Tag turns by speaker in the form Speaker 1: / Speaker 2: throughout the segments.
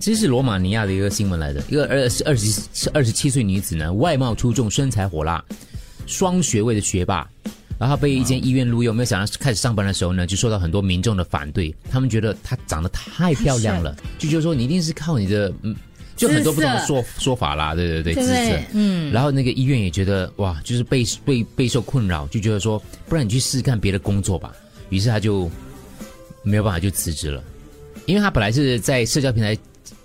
Speaker 1: 这是罗马尼亚的一个新闻来的，一个二二十二十七岁女子呢，外貌出众，身材火辣，双学位的学霸，然后被一间医院录用，没有想到开始上班的时候呢，就受到很多民众的反对，他们觉得她长得太漂亮 了，就觉得说你一定是靠你的嗯。就很多不同的说说法啦，对对对，
Speaker 2: 对
Speaker 1: 姿
Speaker 2: 不对
Speaker 1: 色，嗯，然后那个医院也觉得哇，就是备备备受困扰，就觉得说，不然你去试试看别的工作吧。于是他就没有办法就辞职了，因为他本来是在社交平台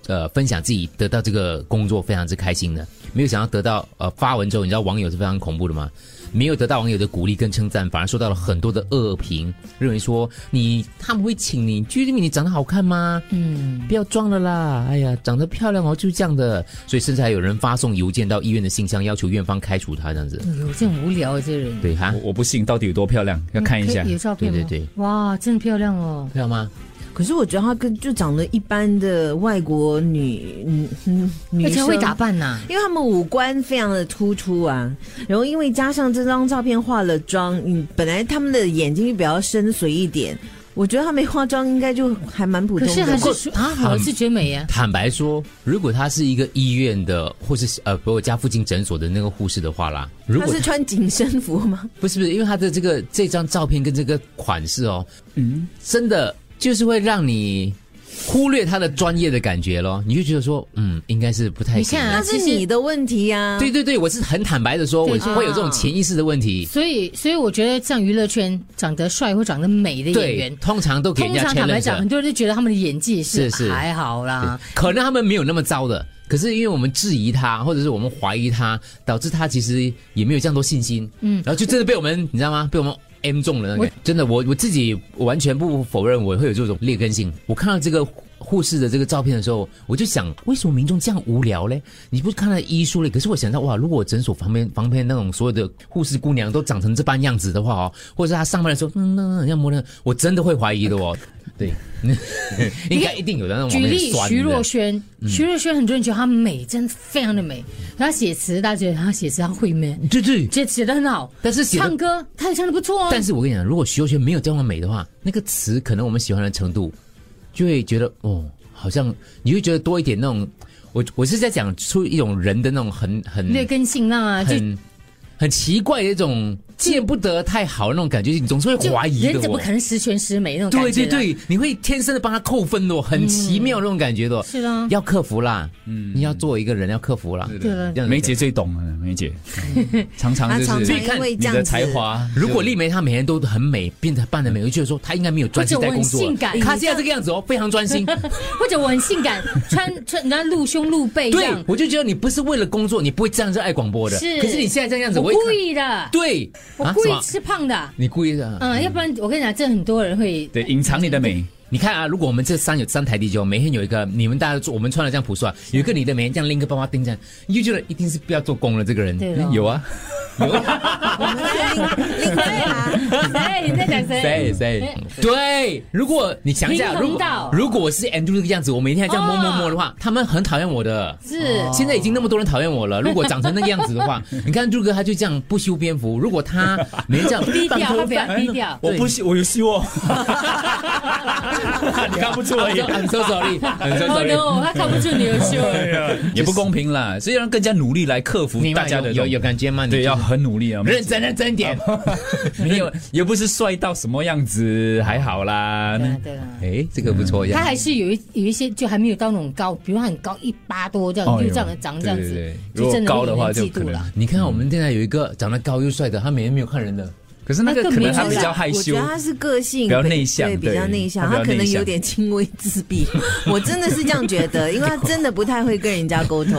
Speaker 1: 呃分享自己得到这个工作非常之开心的，没有想到得到呃发文之后，你知道网友是非常恐怖的吗？没有得到网友的鼓励跟称赞，反而受到了很多的恶评，认为说你他们会请你，就是因为你长得好看吗？嗯，不要装了啦，哎呀，长得漂亮哦，就是这样的。所以甚至还有人发送邮件到医院的信箱，要求院方开除他这样子。
Speaker 2: 哎呦，这很无聊，这人。
Speaker 1: 对哈
Speaker 3: 我，我不信到底有多漂亮，要看一下
Speaker 2: 嗯可以。有照片吗？
Speaker 1: 对对对
Speaker 2: 哇，真的漂亮哦！
Speaker 1: 漂亮吗？
Speaker 4: 可是我觉得她跟就长得一般的外国女女嗯女
Speaker 2: 而且
Speaker 4: 生
Speaker 2: 会打扮呐、
Speaker 4: 因为他们五官非常的突出啊，然后因为加上这张照片化了妆，嗯，本来他们的眼睛就比较深邃一点，我觉得他没化妆应该就还蛮普
Speaker 2: 可
Speaker 4: 通
Speaker 2: 是还
Speaker 4: 的。
Speaker 2: 是说啊，我是觉得美耶。
Speaker 1: 坦白说，如果他是一个医院的，或是呃，比如我家附近诊所的那个护士的话啦，如
Speaker 4: 他
Speaker 1: 果
Speaker 4: 是穿紧身服吗？
Speaker 1: 不是不是，因为他的这个这张照片跟这个款式哦，嗯，真的就是会让你忽略他的专业的感觉咯，你就觉得说，嗯，应该是不太
Speaker 2: 你
Speaker 1: 行
Speaker 2: 看
Speaker 1: 的
Speaker 2: 啊
Speaker 4: 那是你的问题呀、啊。
Speaker 1: 对对对，我是很坦白的说，我
Speaker 2: 对
Speaker 1: 会有这种潜意识的问题。
Speaker 2: 所以，所以我觉得像娱乐圈长得帅或长得美的演
Speaker 1: 对
Speaker 2: 员，，
Speaker 1: 通常都给人
Speaker 2: 通
Speaker 1: 家
Speaker 2: 常坦白
Speaker 1: challenge
Speaker 2: 讲，很
Speaker 1: 的。
Speaker 2: 多人都觉得他们的演技是
Speaker 1: 是是
Speaker 2: 还好啦。
Speaker 1: 对可能他们没有那么糟的，可是因为我们质疑他，或者是我们怀疑他，导致他其实也没有这样多信心。嗯，然后就真的被我们，你知道吗？被我们 M 中了那个。真的，我我自己完全不否认，我会有这种劣根性。我看到这个护士的这个照片的时候，我就想，为什么民众这样无聊嘞？你不是看到医书嘞？可是我想到，哇，如果我诊所旁边旁边那种所有的护士姑娘都长成这般样子的话哦，或者是她上班的时候，嗯，那那那样摸那，我真的会怀疑的哦。对， 应该一定有的那种往
Speaker 2: 举
Speaker 1: 那里
Speaker 2: 例
Speaker 1: 酸
Speaker 2: 徐
Speaker 1: 的嗯
Speaker 2: 若瑄，徐若瑄很多人觉得她美，真的非常的美。她写词，大家觉得她写词她会咩？
Speaker 1: 对对，
Speaker 2: 觉得写得很好，
Speaker 1: 但是写的
Speaker 2: 唱歌她也唱得不错哦。
Speaker 1: 但是我跟你讲，如果徐若瑄没有这么美的话，那个词可能我们喜欢的程度，就会觉得哦，好像你会觉得多一点那种，我我是在讲出一种人的那种很很
Speaker 2: 劣根性浪啊，就
Speaker 1: 很很奇怪的一种见不得太好的那种感觉，你总是会
Speaker 2: 就
Speaker 1: 怀疑
Speaker 2: 人
Speaker 1: 的
Speaker 2: 怎么
Speaker 1: 哦
Speaker 2: 可。能十全十美那种感
Speaker 1: 对
Speaker 2: 觉
Speaker 1: 对
Speaker 2: 呢？
Speaker 1: 对，你会天生的帮他扣分的哦，很奇妙那种感觉的哦，
Speaker 2: 是的
Speaker 1: 要克服啦，嗯，你要做一个人要克服啦，
Speaker 2: 对了
Speaker 1: 这。样子
Speaker 3: 梅姐最懂了，梅姐嗯常常
Speaker 4: 她
Speaker 3: 就
Speaker 4: 常
Speaker 3: 是
Speaker 4: 常因为
Speaker 3: 你
Speaker 4: 这样子
Speaker 3: 的才华。
Speaker 1: 如果丽梅她每天都很美，变得扮的美，我就觉得说她应该没有专心在工作
Speaker 2: 或者我很性感。
Speaker 1: 她现在这个样子哦，非常专 心。
Speaker 2: 或者我很性感，穿 穿人家露胸露背这
Speaker 1: 对
Speaker 2: 样，，
Speaker 1: 我就觉得你不是为了工作，你不会这样热爱广播的。
Speaker 2: 是
Speaker 1: 可是你现在这样子，
Speaker 2: 我
Speaker 1: 一看
Speaker 2: 故意的，
Speaker 1: 对，
Speaker 2: 我
Speaker 1: 啊
Speaker 2: 故
Speaker 1: 什
Speaker 2: 意
Speaker 1: 么
Speaker 2: 吃胖的，
Speaker 1: 你故意的啊。
Speaker 2: 嗯，要不然我跟你讲，这很多人 会
Speaker 3: 对，隐藏你的美，
Speaker 1: 你看啊，如果我们这三有三台地球，每天有一个你们大家做，我们穿的这样朴素啊，有一个你的每天这样拎个包包盯着，你就觉得一定是不要做工了这个人。
Speaker 2: 对了。
Speaker 3: 有啊，
Speaker 1: 啊
Speaker 4: 我们在另另外啊，
Speaker 2: 哎，你在讲谁？
Speaker 1: 谁谁？
Speaker 2: 嗯
Speaker 1: 对，如果你想一下，
Speaker 2: 林
Speaker 1: 如
Speaker 2: 宏
Speaker 1: 果
Speaker 2: 道
Speaker 1: 如果我是 Andrew 这个样子，我每天还这样摸摸摸的话，他们很讨厌我的。
Speaker 2: 哦
Speaker 1: 哦
Speaker 2: 是
Speaker 1: 现在已经那么多人讨厌我了，如果长成那个样子的 话，你看杜哥他就这样不修边幅。如果他没这样
Speaker 2: 低调，他
Speaker 1: 放
Speaker 2: 比较低 调。
Speaker 3: 哎我不希，我有希 望。你看不出而已，哎
Speaker 1: ，I'm so sorry，很 so
Speaker 2: Oh
Speaker 1: sorry。
Speaker 2: no，他看不住你的胸。
Speaker 3: 也不公平啦，所以要更加努力来克服
Speaker 1: 你
Speaker 3: 大
Speaker 1: 大
Speaker 3: 家
Speaker 1: 家
Speaker 3: 的
Speaker 1: 有
Speaker 3: 这种
Speaker 1: 有有感觉吗？你
Speaker 3: 对，
Speaker 1: 就
Speaker 3: 要
Speaker 1: 是
Speaker 3: 很努力啊。
Speaker 1: 认真认真一 点。
Speaker 3: 没有，也不是帅到什么样子，还好啦。
Speaker 2: 对啊对啊
Speaker 1: 哎，这个不错
Speaker 2: 他
Speaker 1: 呀。
Speaker 2: 还是有一有一些就还没有到那种高，比如他很高一八多这样，
Speaker 3: 哦
Speaker 2: 就
Speaker 3: 有
Speaker 2: 这样长这样
Speaker 3: 对对
Speaker 2: 子
Speaker 3: 对，
Speaker 2: 就真的
Speaker 3: 如果高的话
Speaker 2: 会
Speaker 3: 就
Speaker 2: 有人
Speaker 3: 可
Speaker 2: 嫉妒
Speaker 3: 能
Speaker 2: 了。
Speaker 1: 你看我们现在有一个长得高又帅的，他每天没有看人的。
Speaker 3: 可是那个
Speaker 2: 那更
Speaker 3: 可能他
Speaker 2: 没
Speaker 3: 比
Speaker 2: 有啦
Speaker 3: 较害羞
Speaker 4: 我觉得他是个性
Speaker 3: 比较内向
Speaker 4: 对，比较
Speaker 3: 对
Speaker 4: 内向，
Speaker 3: 她比
Speaker 4: 他
Speaker 3: 较
Speaker 4: 可能
Speaker 3: 内向
Speaker 4: 有点轻微自闭。我真的是这样觉得，因为他真的不太会跟人家沟通。